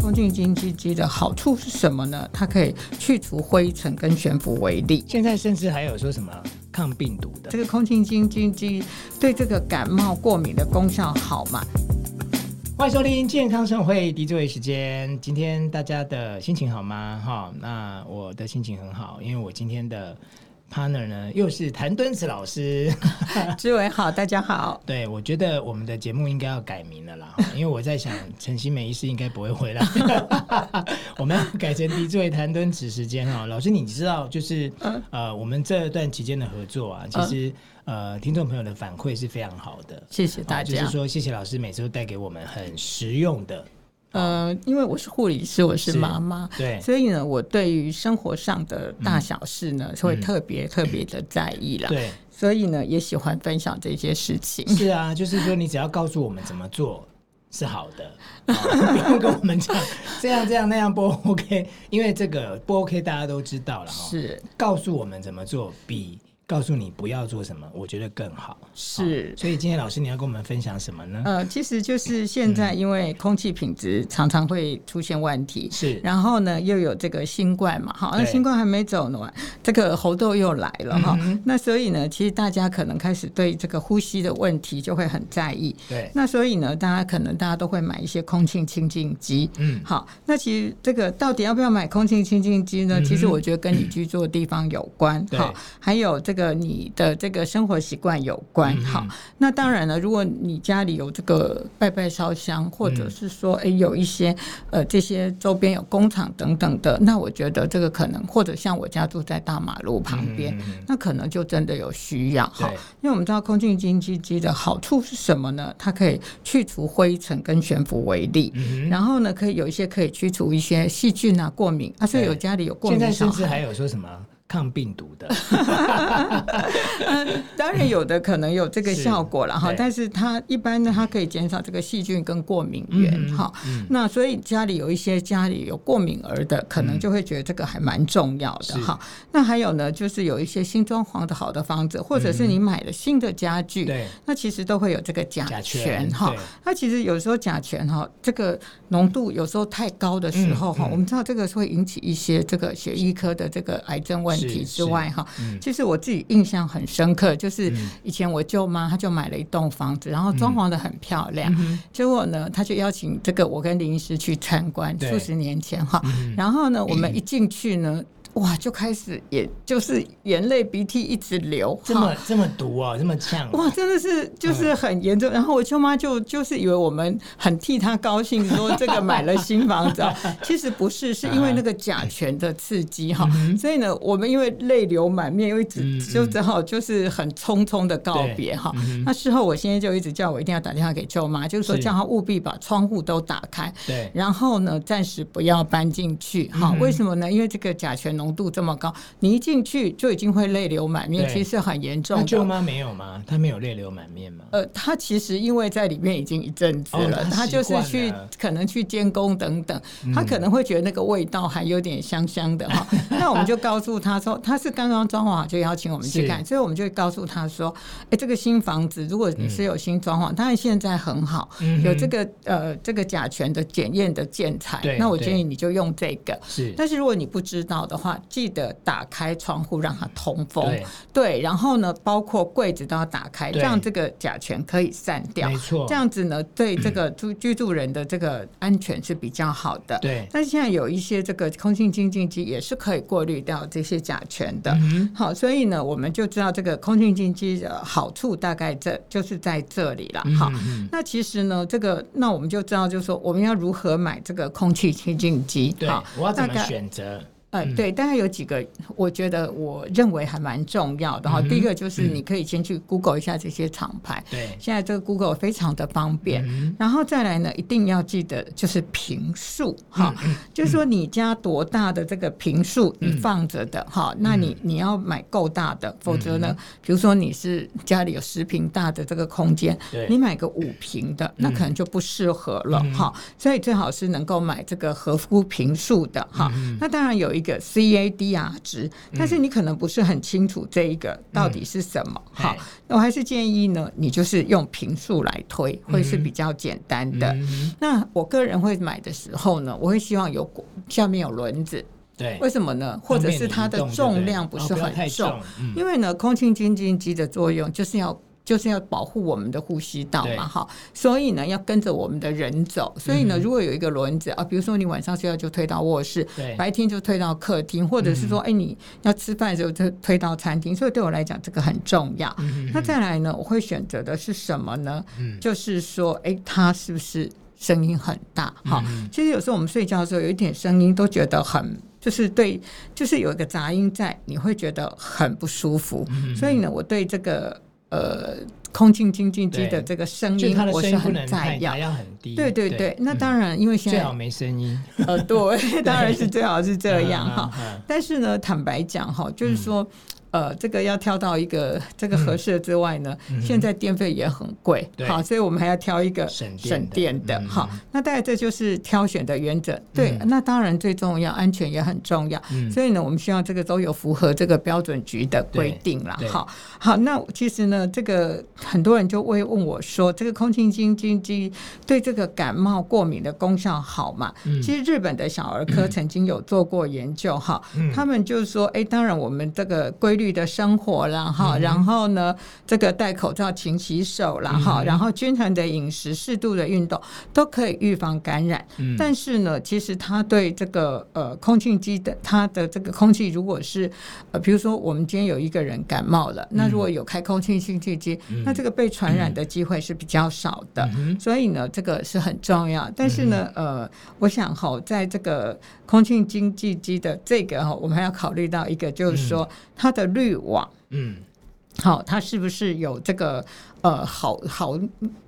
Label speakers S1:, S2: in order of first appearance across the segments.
S1: 空净净机机的好处是什么呢？它可以去除灰尘跟悬浮微粒。
S2: 现在甚至还有说什么抗病毒的
S1: 这，个空净净机机对这个感冒过敏的功效好 吗？
S2: 欢迎收听健康生活会狄志伟时间。今天大家的心情好吗？哈，那我的心情很好，因为我今天的 partner 呢又是谭敦慈老师。
S1: 志伟好，大家好。
S2: 对，我觉得我们的节目应该要改名了啦，因为我在想陈希美医师应该不会回来， 我们要改成狄志伟谈敦此时间哦。老师，你知道就是呃，我们这段期间的合作啊，其实呃，听众朋友的反馈是非常好的，
S1: 谢谢大
S2: 啊就
S1: 家。
S2: 是说谢谢老师每次都带给我们很实用的，
S1: 呃，因为我是护理师，我是
S2: 是
S1: 妈妈，
S2: 对
S1: 所以呢，我对于生活上的大小事呢，是会特别特别的在意啦。
S2: 嗯对，
S1: 所以呢，也喜欢分享这些事情。
S2: 是啊，就是说你只要告诉我们怎么做。是好的，啊不用跟我们讲这样这样那样不 OK，因为这个不 OK 大家都知道了哈。
S1: 是
S2: 告诉我们怎么做，比告诉你不要做什么，我觉得更好。
S1: 是
S2: 好，所以今天老师你要跟我们分享什么呢？
S1: 呃，其实就是现
S2: 嗯
S1: 在因为空气品质常常会出现问题，
S2: 是
S1: 然后呢又有这个新冠嘛，哈，那
S2: 对嗯
S1: 新冠还没走呢，这个猴痘又来了哈、那所以呢，其实大家可能开始对这个呼吸的问题就会很在意，
S2: 对，
S1: 那所以呢，大家可能大家都会买一些空气清净机。
S2: 嗯，
S1: 好，那其实这个到底要不要买空气清净机呢？
S2: 嗯哼
S1: 其实我觉得跟你居住的地方有关，
S2: 对
S1: 好，还有这个你的这个生活习惯有关，
S2: 嗯哼
S1: 好。那当然了，如果你家里有这个拜拜烧香，或者是说
S2: 嗯
S1: 诶有一些呃这些周边有工厂等等的，那我觉得这个可能或者像我家住在大马路旁边，
S2: 嗯嗯嗯
S1: 那可能就真的有需要哈
S2: 对。
S1: 因为我们知道空气净化机的好处是什么呢？它可以去除灰尘跟悬浮微粒，
S2: 嗯
S1: 然后呢，可以有一些可以驱除一些细菌啊、过敏啊，所以
S2: 对
S1: 有家里有过
S2: 现
S1: 敏
S2: 在
S1: 的
S2: 甚
S1: 小
S2: 至
S1: 孩，
S2: 还有说什么抗病毒 的，
S1: 当然有的可能有这个
S2: 是
S1: 效果了哈
S2: 对，
S1: 但是它一般呢，它可以减少这个细菌跟过敏源
S2: 嗯
S1: 哈。
S2: 嗯，
S1: 那所以家里有一些家里有过敏儿的，可能就会觉得这个还蛮重要的
S2: 嗯是
S1: 哈。那还有呢，就是有一些新装潢的好的房子，或者是你买了新的家具，
S2: 嗯对，
S1: 那其实都会有这个甲
S2: 甲醛
S1: 醛哈
S2: 对。
S1: 那其实有时候甲醛哈，这个浓度有时候太高的时候哈，
S2: 嗯嗯
S1: 我们知道这个是会引起一些这个血液科的这个癌症问题
S2: 是
S1: 之外哈。
S2: 嗯
S1: 其实我自己印象很深刻，就是
S2: 嗯
S1: 以前我舅妈她就买了一栋房子，然后装潢的很漂
S2: 嗯
S1: 亮，结果呢，她就邀请这个我跟林医师去参观，
S2: 对
S1: 数十年前哈。
S2: 嗯
S1: 然后呢，我们一进去呢。哇，就开始，也就是眼泪鼻涕一直流，
S2: 这
S1: 哈
S2: 么这么毒哦，这么呛哦，
S1: 哇，真的是就是很严重。然后我舅妈就就是以为我们很替她高兴，说这个买了新房 子啊，其实不是，是因为那个甲醛的刺激哈。所以呢，我们因为泪流满面，又一
S2: 嗯
S1: 直
S2: 嗯
S1: 就只好就是很匆匆的告别哈。
S2: 嗯
S1: 那事后我现在就一直叫我一定要打电话给舅妈，就是说
S2: 是
S1: 叫她务必把窗户都打开。
S2: 对，
S1: 然后呢，暂时不要搬进去
S2: 嗯
S1: 哈、为什么呢？因为这个甲醛浓度这么高，你一进去就已经会泪流满面，
S2: 对
S1: 其实很严重
S2: 那
S1: 的。
S2: 舅妈没有吗？她没有泪流满面吗？
S1: 呃，他其实因为在里面已经一阵子
S2: 哦
S1: 了，
S2: 他
S1: 他
S2: 习
S1: 就是
S2: 惯
S1: 去
S2: 了嗯
S1: 可能去监工等等，他可能会觉得那个味道还有点香香的哈。那我们就告诉他说，他是刚刚装潢好就邀请我们去
S2: 是
S1: 看，所以我们就告诉他说，哎，这个新房子如果你
S2: 嗯
S1: 是有新装潢，当然现在很好，有这个呃这个甲醛的检验的建材
S2: 对，
S1: 那我
S2: 对
S1: 建议你就用这个。
S2: 是，
S1: 但是如果你不知道的话，记得打开窗户让它通风。
S2: 对
S1: 对然后呢，包括柜子都要打开，
S2: 对
S1: 这样这个甲醛可以散掉
S2: 没。错嗯
S1: 这，样子呢，对这个住居住人的这个安全是比较好的。
S2: 对
S1: 但是现在有一些这个空气清净机也是可以过滤掉这些甲醛的。
S2: 嗯
S1: 好，所以呢，我们就知道这个空气净机的好处大概这就是在这里
S2: 嗯
S1: 了。好，那其实呢，这个那我们就知道，就是说我们要如何买这个空气清净机。
S2: 对
S1: 好，，
S2: 我要怎
S1: 大
S2: 么
S1: 概
S2: 选择？
S1: 呃，对，大概有几个，我觉得我认为还蛮重要的哈。第一个就是你可以先去 Google 一下这些厂牌，
S2: 对，
S1: 现在这个 Google 非常的方便。
S2: 嗯
S1: 然后再来呢，一定要记得就是平数哈，
S2: 嗯
S1: 就是说你家多大的这个平数你放着的哈，那你
S2: 嗯
S1: 你要买够大的，否则呢，比如说你是家里有十平大的这个空间
S2: 对，嗯
S1: 你买个五平的，那可能就不
S2: 嗯
S1: 适合了哈。所以最好是能够买这个合乎平数的哈。那当然有一个 CADR 值，但是你可能不是很清楚这一个到底是什么。
S2: 嗯
S1: 好
S2: 嘿，
S1: 那我还是建议呢，你就是用平数来推，会是比较简单的。
S2: 嗯
S1: 那我个人会买的时候呢，我会希望有果下面有轮子，
S2: 对，
S1: 为什么呢？或者是它的重量不
S2: 哦
S1: 是
S2: 不
S1: 很
S2: 太
S1: 重，
S2: 重，嗯
S1: 因为呢，空气清净机的作用就是要。就是要保护我们的呼吸道
S2: 对嗯
S1: 嘛，哈，所以呢，要跟着我们的人走。所以呢，如果有一个轮子啊，比如说你晚上睡觉就推到卧室，
S2: 对，嗯
S1: 白天就推到客厅，或者是说，哎、你要吃饭的时候就推到餐厅。所以对我来讲，这个很重要。那再来呢，我会选择的是什么呢？
S2: 嗯
S1: 就是说，哎、它是不是声音很大？哈、
S2: 嗯
S1: 其实有时候我们睡觉的时候有一点声音都觉得很。就是对，就是有一个杂音在，你会觉得很不舒服。
S2: 嗯
S1: 所以呢，我对这个呃空气清净机
S2: 对
S1: 的这个声
S2: 就是
S1: 音
S2: 它，的
S1: 我
S2: 声
S1: 是
S2: 音不
S1: 很
S2: 能
S1: 在
S2: 太
S1: 意。
S2: 大，要很低，嗯
S1: 对对对，那当然，因为现
S2: 最
S1: 在
S2: 好没声音，
S1: 呃，对，当然是最好是这样
S2: 嗯
S1: 哈。，
S2: 嗯
S1: 但是呢，坦白讲哈，就是说，呃，这个要挑到一个这个合适的之外呢，现在电费也很贵
S2: 嗯对，
S1: 好，所以我们还要挑一个
S2: 省电的
S1: 省电的
S2: 嗯
S1: 哈。那大概这就是挑选的原则。对，那当然最重要，安全也很重要。
S2: 嗯
S1: 所以呢，我们希望这个都有符合这个标准局的规定啦
S2: 对。对
S1: 好，好，那其实呢，这个很多人就会问我说，这个空气清净机对这个感冒过敏的功效好吗？其实日本的小儿科曾经有做过研究哈，他们就说，哎，当然我们这个规律的生活啦哈，然后呢，这个戴口罩、勤洗手啦哈，然后均衡的饮食、适度的运动，都可以预防感染。
S2: 嗯
S1: 但是呢，其实它对这个呃空气机的它的这个空气，如果是呃，比如说我们今天有一个人感冒了，那如果有开空气清净机，那这个被传染的机会是比较少的。所以呢，这个是很重要。但是呢，呃，我想哈，在这个空气经济机的这个哈，我们还要考虑到一个，就是说它的滤网。
S2: 嗯，
S1: 好，它是不是有这个呃好好，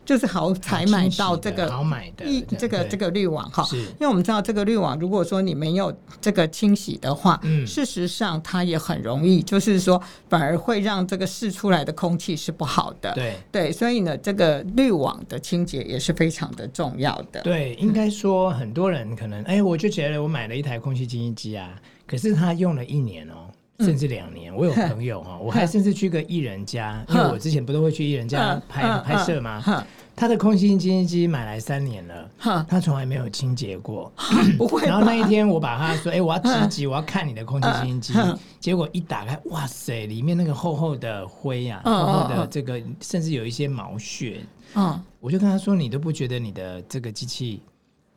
S1: 就是好才买到这个
S2: 好买的
S1: 一这个这
S2: 个
S1: 个滤网哈？
S2: 是
S1: 因为我们知道这个滤网，如果说你没有这个清洗的话，
S2: 嗯
S1: 事实上它也很容易，就是说反而会让这个释出来的空气是不好的。
S2: 对。
S1: 对，所以呢，这个滤网的清洁也是非常的重要的。
S2: 对，应该说很多人可能，哎、我就觉得我买了一台空气清新机啊，可是它用了一年哦、甚
S1: 嗯
S2: 至两年。我有朋友哦、我还甚至去个艺人家，因为我之前不都会去艺人家
S1: 嗯
S2: 拍、
S1: 嗯
S2: 拍摄
S1: 嗯
S2: 吗？
S1: 哼
S2: 他的空气清新机买来三年了，
S1: 哼，
S2: 他从来没有清 洁过。
S1: 嗯不会
S2: 嗯然后
S1: 吧？
S2: 那一天我把他说，哎、我要直击，我要看你的空气清新机
S1: 嗯嗯。
S2: 结果一打开，哇塞，里面那个厚厚的灰呀、
S1: 嗯嗯
S2: 厚厚的
S1: 嗯
S2: 这个，甚至有一些毛屑。
S1: 嗯，
S2: 我就跟他说：“你都不觉得你的这个机器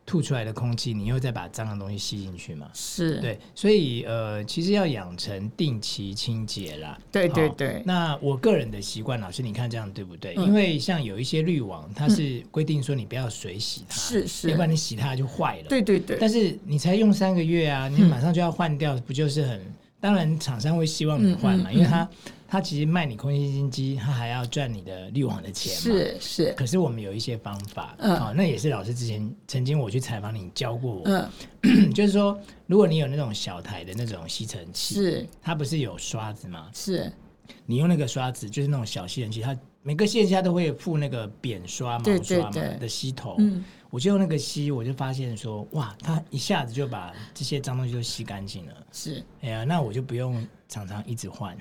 S2: 吐出来的空气，你又再把脏的东西吸进去吗？”
S1: 是，
S2: 对，所以呃，其实要养成定期清洁啦。
S1: 对对
S2: 好
S1: 对
S2: 那我个人的习惯，老师你看这样对不对？
S1: 嗯
S2: 因为像有一些滤网，它是规定说你不要水洗它，
S1: 是是
S2: 要不然你洗它就坏了。
S1: 对嗯对对，
S2: 但是你才用三个月啊，你马上就要换掉，不就是很？当然，厂商会希望你换嘛，
S1: 嗯嗯
S2: 因为他他其实卖你空气净机，他还要赚你的滤网的钱嘛。
S1: 是是，
S2: 可是我们有一些方法，
S1: 嗯
S2: 哦，那也是老师之前曾经我去采访你教过我，
S1: 嗯，
S2: 就是说，如果你有那种小台的那种吸尘器，
S1: 是
S2: 它不是有刷子吗？
S1: 是，
S2: 你用那个刷子，就是那种小吸尘器，它每个吸尘器它都会附那个扁刷、毛
S1: 对
S2: 刷嘛
S1: 对对
S2: 的吸头，
S1: 嗯
S2: 我就用那个吸，我就发现说，哇，它一下子就把这些脏东西都吸干净了。
S1: 是。
S2: 哎呀，那我就不用常常一 直换，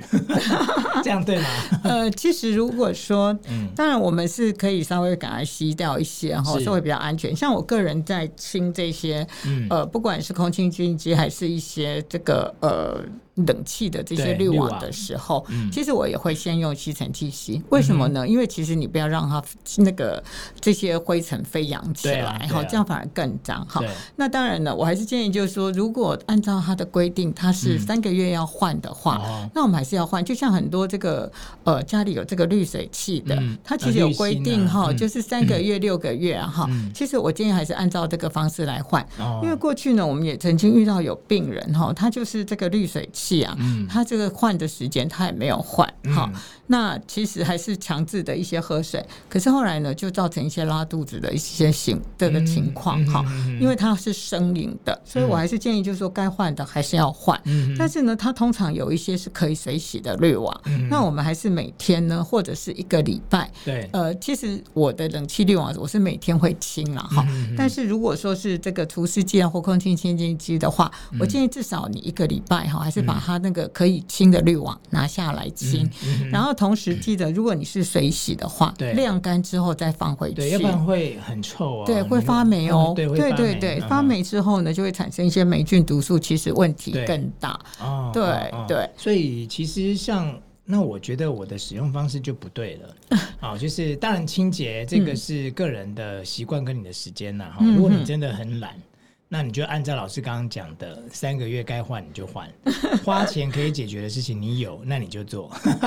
S2: 这样对吗？
S1: 呃，其实如果说
S2: 嗯，
S1: 当然我们是可以稍微给它吸掉一些哈，
S2: 是
S1: 就会比较安全。像我个人在清这些，
S2: 嗯
S1: 呃，不管是空气清净机还是一些这个呃冷气的这
S2: 对
S1: 些
S2: 滤
S1: 滤网
S2: 网
S1: 的时候，
S2: 嗯
S1: 其实我也会先用吸尘器吸。为什么呢？因为其实你不要让它那个这些灰尘飞扬起
S2: 对啊
S1: 来，
S2: 对
S1: 哈、
S2: 啊
S1: 这样反而更脏哈
S2: 对。
S1: 那当然了，我还是建议就是说，如果按照它的规定，它是三个月要换的话，
S2: 嗯哦
S1: 那我们还是要换。就像很多这个呃家里有这个滤水器的，
S2: 嗯
S1: 它其实有规定哈、
S2: 啊滤芯啊嗯
S1: 就是三个月、六个月啊哈、
S2: 嗯
S1: 其实我建议还是按照这个方式来换。
S2: 哦
S1: 因为过去呢，我们也曾经遇到有病人哈，他就是这个滤水器啊，
S2: 嗯
S1: 他这个换的时间他也没有换哈、
S2: 嗯
S1: 那其实还是强制的一些喝水，可是后来呢，就造成一些拉肚子的一些情这个情况哈、
S2: 嗯嗯嗯嗯
S1: 因为它是生饮的，所以我还是建议就是说该换的还是要换。
S2: 嗯
S1: 但是呢，它通常有有一些是可以水洗的滤网，
S2: 嗯
S1: 那我们还是每天呢，或者是一个礼拜，
S2: 对，
S1: 呃，其实我的冷气滤网我是每天会清了
S2: 嗯
S1: 哈，但是如果说是这个除湿机啊或空气清净机的话，
S2: 嗯
S1: 我建议至少你一个礼拜哈，还是把它那个可以清的滤网拿下来
S2: 嗯
S1: 清，然后同时记得，如果你是水洗的话
S2: 对，
S1: 晾干之后再放回
S2: 对，
S1: 去
S2: 要不。然会很臭哦，
S1: 对，会发霉哦。
S2: 对，会
S1: 对
S2: 发
S1: 对
S2: 霉
S1: 对
S2: 嗯
S1: 发霉之后呢，就会产生一些霉菌毒素，其实问题
S2: 对
S1: 更大。
S2: 哦，
S1: 对
S2: 哦哦
S1: 对
S2: 所以其实像那我觉得我的使用方式就不对了， 哦，就是当然清洁这个是个人的习惯跟你的时间呐，哈、
S1: 嗯
S2: 如果你
S1: 嗯
S2: 真的很懒。那你就按照老师刚刚讲的，三个月该换你 就换，花钱可以解决的事情你有，那你就做。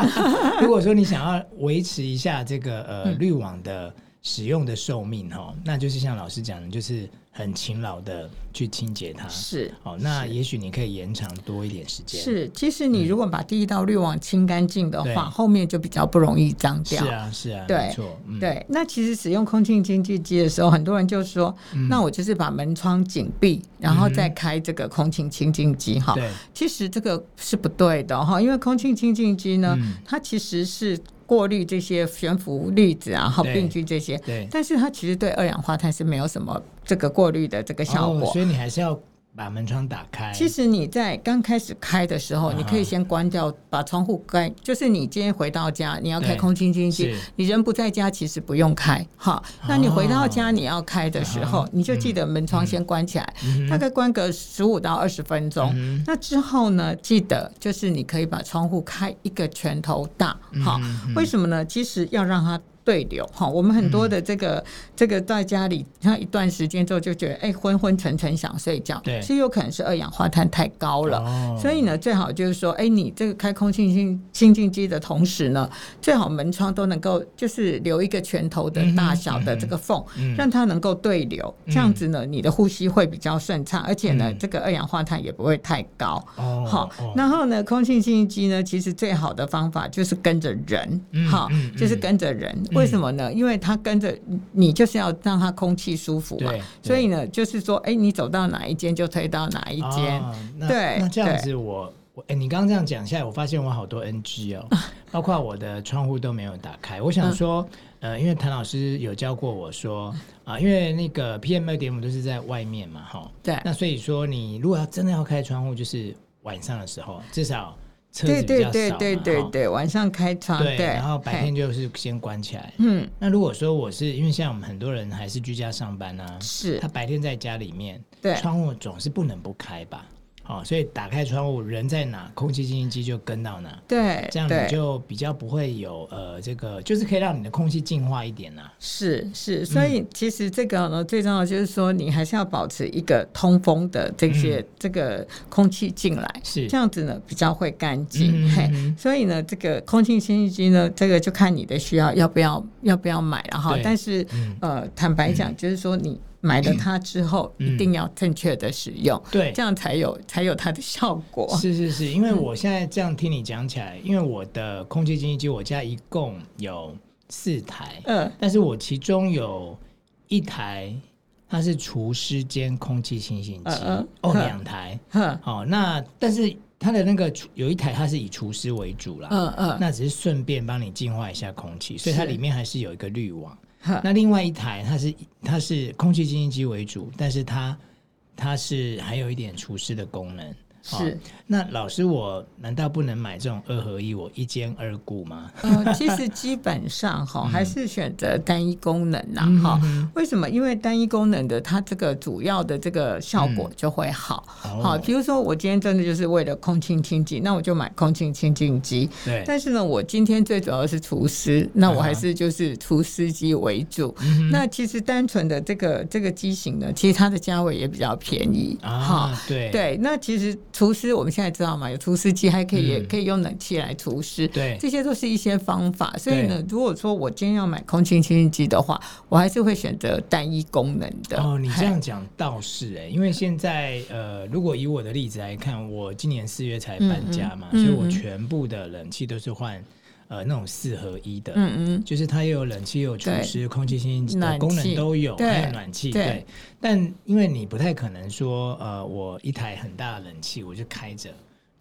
S2: 如果说你想要维持一下这个呃
S1: 嗯
S2: 滤网的使用的寿命哈，那就是像老师讲的，就是很勤劳的去清洁它。
S1: 是
S2: 好，那也许你可以延长多一点时间。
S1: 是，其实你如果把第一道滤网清干净的
S2: 嗯对
S1: 话，后面就比较不容易脏
S2: 是
S1: 掉。
S2: 啊，是啊，
S1: 对
S2: 没错，嗯，
S1: 对，那其实使用空气清净机的时候，很多人就说，
S2: 嗯
S1: 那我就是把门窗紧闭，然后再开这个空气清净机哈。
S2: 对，
S1: 其实这个是不对的哈，因为空气清净机呢，
S2: 嗯
S1: 它其实是过滤这些悬浮粒子啊、好
S2: 对
S1: 病菌这些，
S2: 对
S1: 但是它其实对二氧化碳是没有什么这个过滤的这个效
S2: 哦
S1: 果。
S2: 所以你还是要把门窗打开。
S1: 其实你在刚开始开的时候，
S2: 啊哈
S1: 你可以先关掉，把窗户关。就是你今天回到家，你要开
S2: 对啊
S1: 空气清
S2: 是
S1: 净机，你人不在家，其实不用开哈。那你回到家你要开的时
S2: 啊
S1: 候
S2: 哈，
S1: 你就记得门窗先关起来，大概关个十五到二十分钟
S2: 嗯。
S1: 那之后呢，记得就是你可以把窗户开一个拳头大哈
S2: 嗯。嗯
S1: 为什么呢？其实要让它。对流哈，我们很多的这个、这个在家里，他一段时间之后就觉得哎昏昏沉沉想睡觉，
S2: 对
S1: 其实有可能是二氧化碳太高了。
S2: 哦
S1: 所以呢，最好就是说，哎，你这个开空气清清净机的同时呢，最好门窗都能够就是留一个拳头的大小的这个缝，
S2: 嗯
S1: 让它能够对流。这样子呢，你的呼吸会比较顺畅，而且
S2: 嗯
S1: 呢，这个二氧化碳也不会太高。
S2: 哦，
S1: 好
S2: 哦，
S1: 然后呢，空气清净机呢，其实最好的方法就是跟着人
S2: 嗯，
S1: 好
S2: 嗯，
S1: 就是跟着人。为什么呢？因为它跟着你，就是要让它空气舒服嘛
S2: 对。
S1: 所以呢，就是说，哎，你走到哪一间就推到哪一间。
S2: 哦那
S1: 对
S2: 那这样
S1: 对
S2: 子我。我哎、你刚刚这样讲下来，我发现我好多 NG 哦，包括我的窗户都没有打开。
S1: 嗯
S2: 我想说，呃，因为谭老师有教过我说啊、因为那个 PM 二点五都是在外面嘛，哈，
S1: 对
S2: 那所以说，你如果要真的要开窗户，就是晚上的时候，至少车
S1: 对
S2: 子比
S1: 对
S2: 较
S1: 对
S2: 少嘛
S1: 对对
S2: 哈
S1: 对，晚上开窗，
S2: 对，
S1: 对，
S2: 然后白
S1: 嘿
S2: 天就是先关起来。
S1: 嗯
S2: 那如果说我是因为像我们很多人还是居家上班啊，
S1: 是
S2: 他白天在家里面，
S1: 对
S2: 窗户总是不能不开吧？哦，所以打开窗户，人在哪，空气清新机就跟到哪，
S1: 对，
S2: 这样
S1: 对
S2: 你就比较不会有呃这个，就是可以让你的空气净化一点啊啦、
S1: 是
S2: 嗯
S1: 是，所以其实这个呢，最重要就是说，你还是要保持一个通风的这些、这个空气进来，
S2: 嗯是
S1: 这样子呢比较会干净。
S2: 嗯
S1: 嘿
S2: 嗯嗯，
S1: 所以呢，这个空气清新机呢，这个就看你的需要，要不要要不要买了哈
S2: 对。
S1: 但是、
S2: 嗯
S1: 呃，坦白讲，就是说你买了它之后，
S2: 嗯
S1: 一定要正确的使用，
S2: 对
S1: 这，样才有才有它的效果。
S2: 是是是，
S1: 嗯
S2: 因为我现在这样听你讲起来，因为我的空气清新机我家一共有四台，
S1: 嗯，
S2: 但是我其中有一台它是除湿间空气清新机，
S1: 嗯嗯
S2: 哦，
S1: 嗯
S2: 两台，
S1: 哼，
S2: 哦，那但是它的那个厨有一台它是以厨师为主啦，
S1: 嗯嗯
S2: 那只是顺便帮你净化一下空气，所以它里面还是有一个滤网。
S1: 哼
S2: 那另外一台它是它是空气清新机为主，但是它它是还有一点厨师的功能。哦
S1: 是。
S2: 那老师，我难道不能买这种二合一，我一兼二顾吗？
S1: 呃，其实基本上哈，还是选择单一功能啦
S2: 嗯
S1: 哈。为什么？因为单一功能的它这个主要的这个效果就会好。
S2: 嗯哦
S1: 好，比如说我今天真的就是为了空气清净，那我就买空气清净机。
S2: 对，啊
S1: 但是呢，我今天最主要是厨师，那我还是就是厨师机为主。
S2: 嗯
S1: 那其实单纯的这个这个机型呢，其实它的价位也比较便宜哈
S2: 啊。，对
S1: 对，那其实厨师我们现在知道嘛，有除湿机，还可以、也可以用冷气来除湿，
S2: 嗯对
S1: 这些都是一些方法。所以呢，如果说我今天要买空气清新机的话，我还是会选择单一功能的。
S2: 哦，你这
S1: 嘿
S2: 样讲倒是哎、因为现在呃，如果以我的例子来看，我今年四月才搬家嘛，
S1: 嗯嗯
S2: 所以我全部的冷气都是换呃那种四合一的，
S1: 嗯嗯，
S2: 就是它又有冷气，又有除湿、空气清新的
S1: 暖气
S2: 功能都有，
S1: 对
S2: 还有暖气。
S1: 对
S2: 对，但因为你不太可能说呃，我一台很大的冷气我就开着。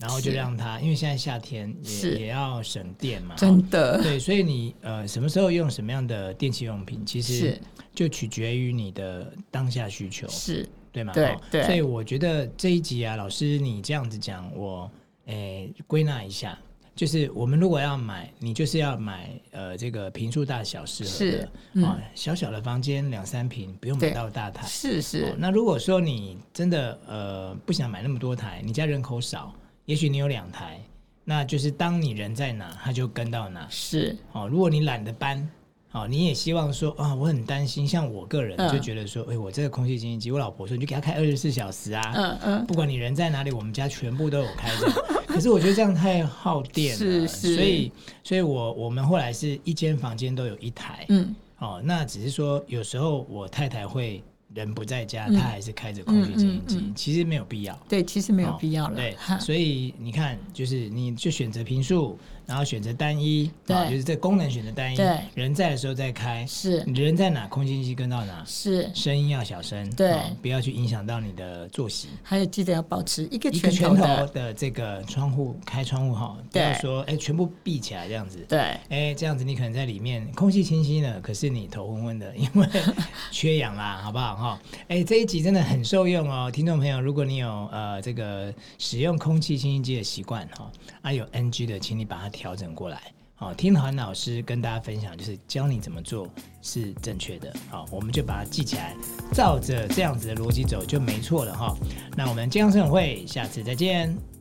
S2: 然后就让它，因为现在夏天也
S1: 是
S2: 也要省电嘛，
S1: 真的
S2: 哦对，所以你呃什么时候用什么样的电器用品，其实
S1: 是
S2: 就取决于你的当下需求，
S1: 是
S2: 对吗？
S1: 对
S2: 哦
S1: 对
S2: 所以我觉得这一集啊，老师你这样子讲，我诶归纳一下，就是我们如果要买，你就是要买呃这个平数大小适合的
S1: 是嗯
S2: 啊、哦小小的房间两三平，不用买
S1: 对
S2: 到大台。
S1: 是
S2: 哦
S1: 是，
S2: 那如果说你真的呃不想买那么多台，你家人口少，也许你有两台，那就是当你人在哪，他就跟到哪。
S1: 是
S2: 哦，如果你懒得搬，哦，你也希望说啊，我很担心，像我个人
S1: 嗯
S2: 就觉得说，哎、我这个空气清新机，我老婆说你就给她开二十四小时啊，
S1: 嗯嗯
S2: 不管你人在哪里，我们家全部都有开着。可是我觉得这样太耗电 了，
S1: 是是
S2: 所以，所以我我们后来是一间房间都有一台，
S1: 嗯
S2: 哦，那只是说有时候我太太会人不在家，
S1: 嗯
S2: 她还是开着空气清新机，
S1: 嗯嗯
S2: 其实没有必要。
S1: 对，其实没有
S2: 哦
S1: 必要了，
S2: 对
S1: 哈，
S2: 所以你看，就是你就选择平数，然后选择单一，
S1: 对
S2: 啊就是这功能选择单一
S1: 对，
S2: 人在的时候再开，
S1: 是
S2: 你人在哪，空气清新跟到哪，
S1: 是，
S2: 声音要小声，
S1: 对
S2: 哦不要去影响到你的作息。
S1: 还有记得要保持一个
S2: 一
S1: 拳
S2: 个拳
S1: 头
S2: 头
S1: 的，
S2: 的这个窗户开窗户哈，不
S1: 对
S2: 要说哎全部闭起来这样子，
S1: 对，
S2: 哎这样子你可能在里面空气清新了，可是你头昏昏的， 因为缺氧啦，好不好哈？哎这一集真的很受用哦，听众朋友，如果你有呃这个使用空气清新机的习惯哈，啊有 NG 的，请你把它调整过来。好，听韩老师跟大家分享，就是教你怎么做是正确的。好，我们就把它记起来，照着这样子的逻辑走就没错了哈。那我们健康生活会下次再见。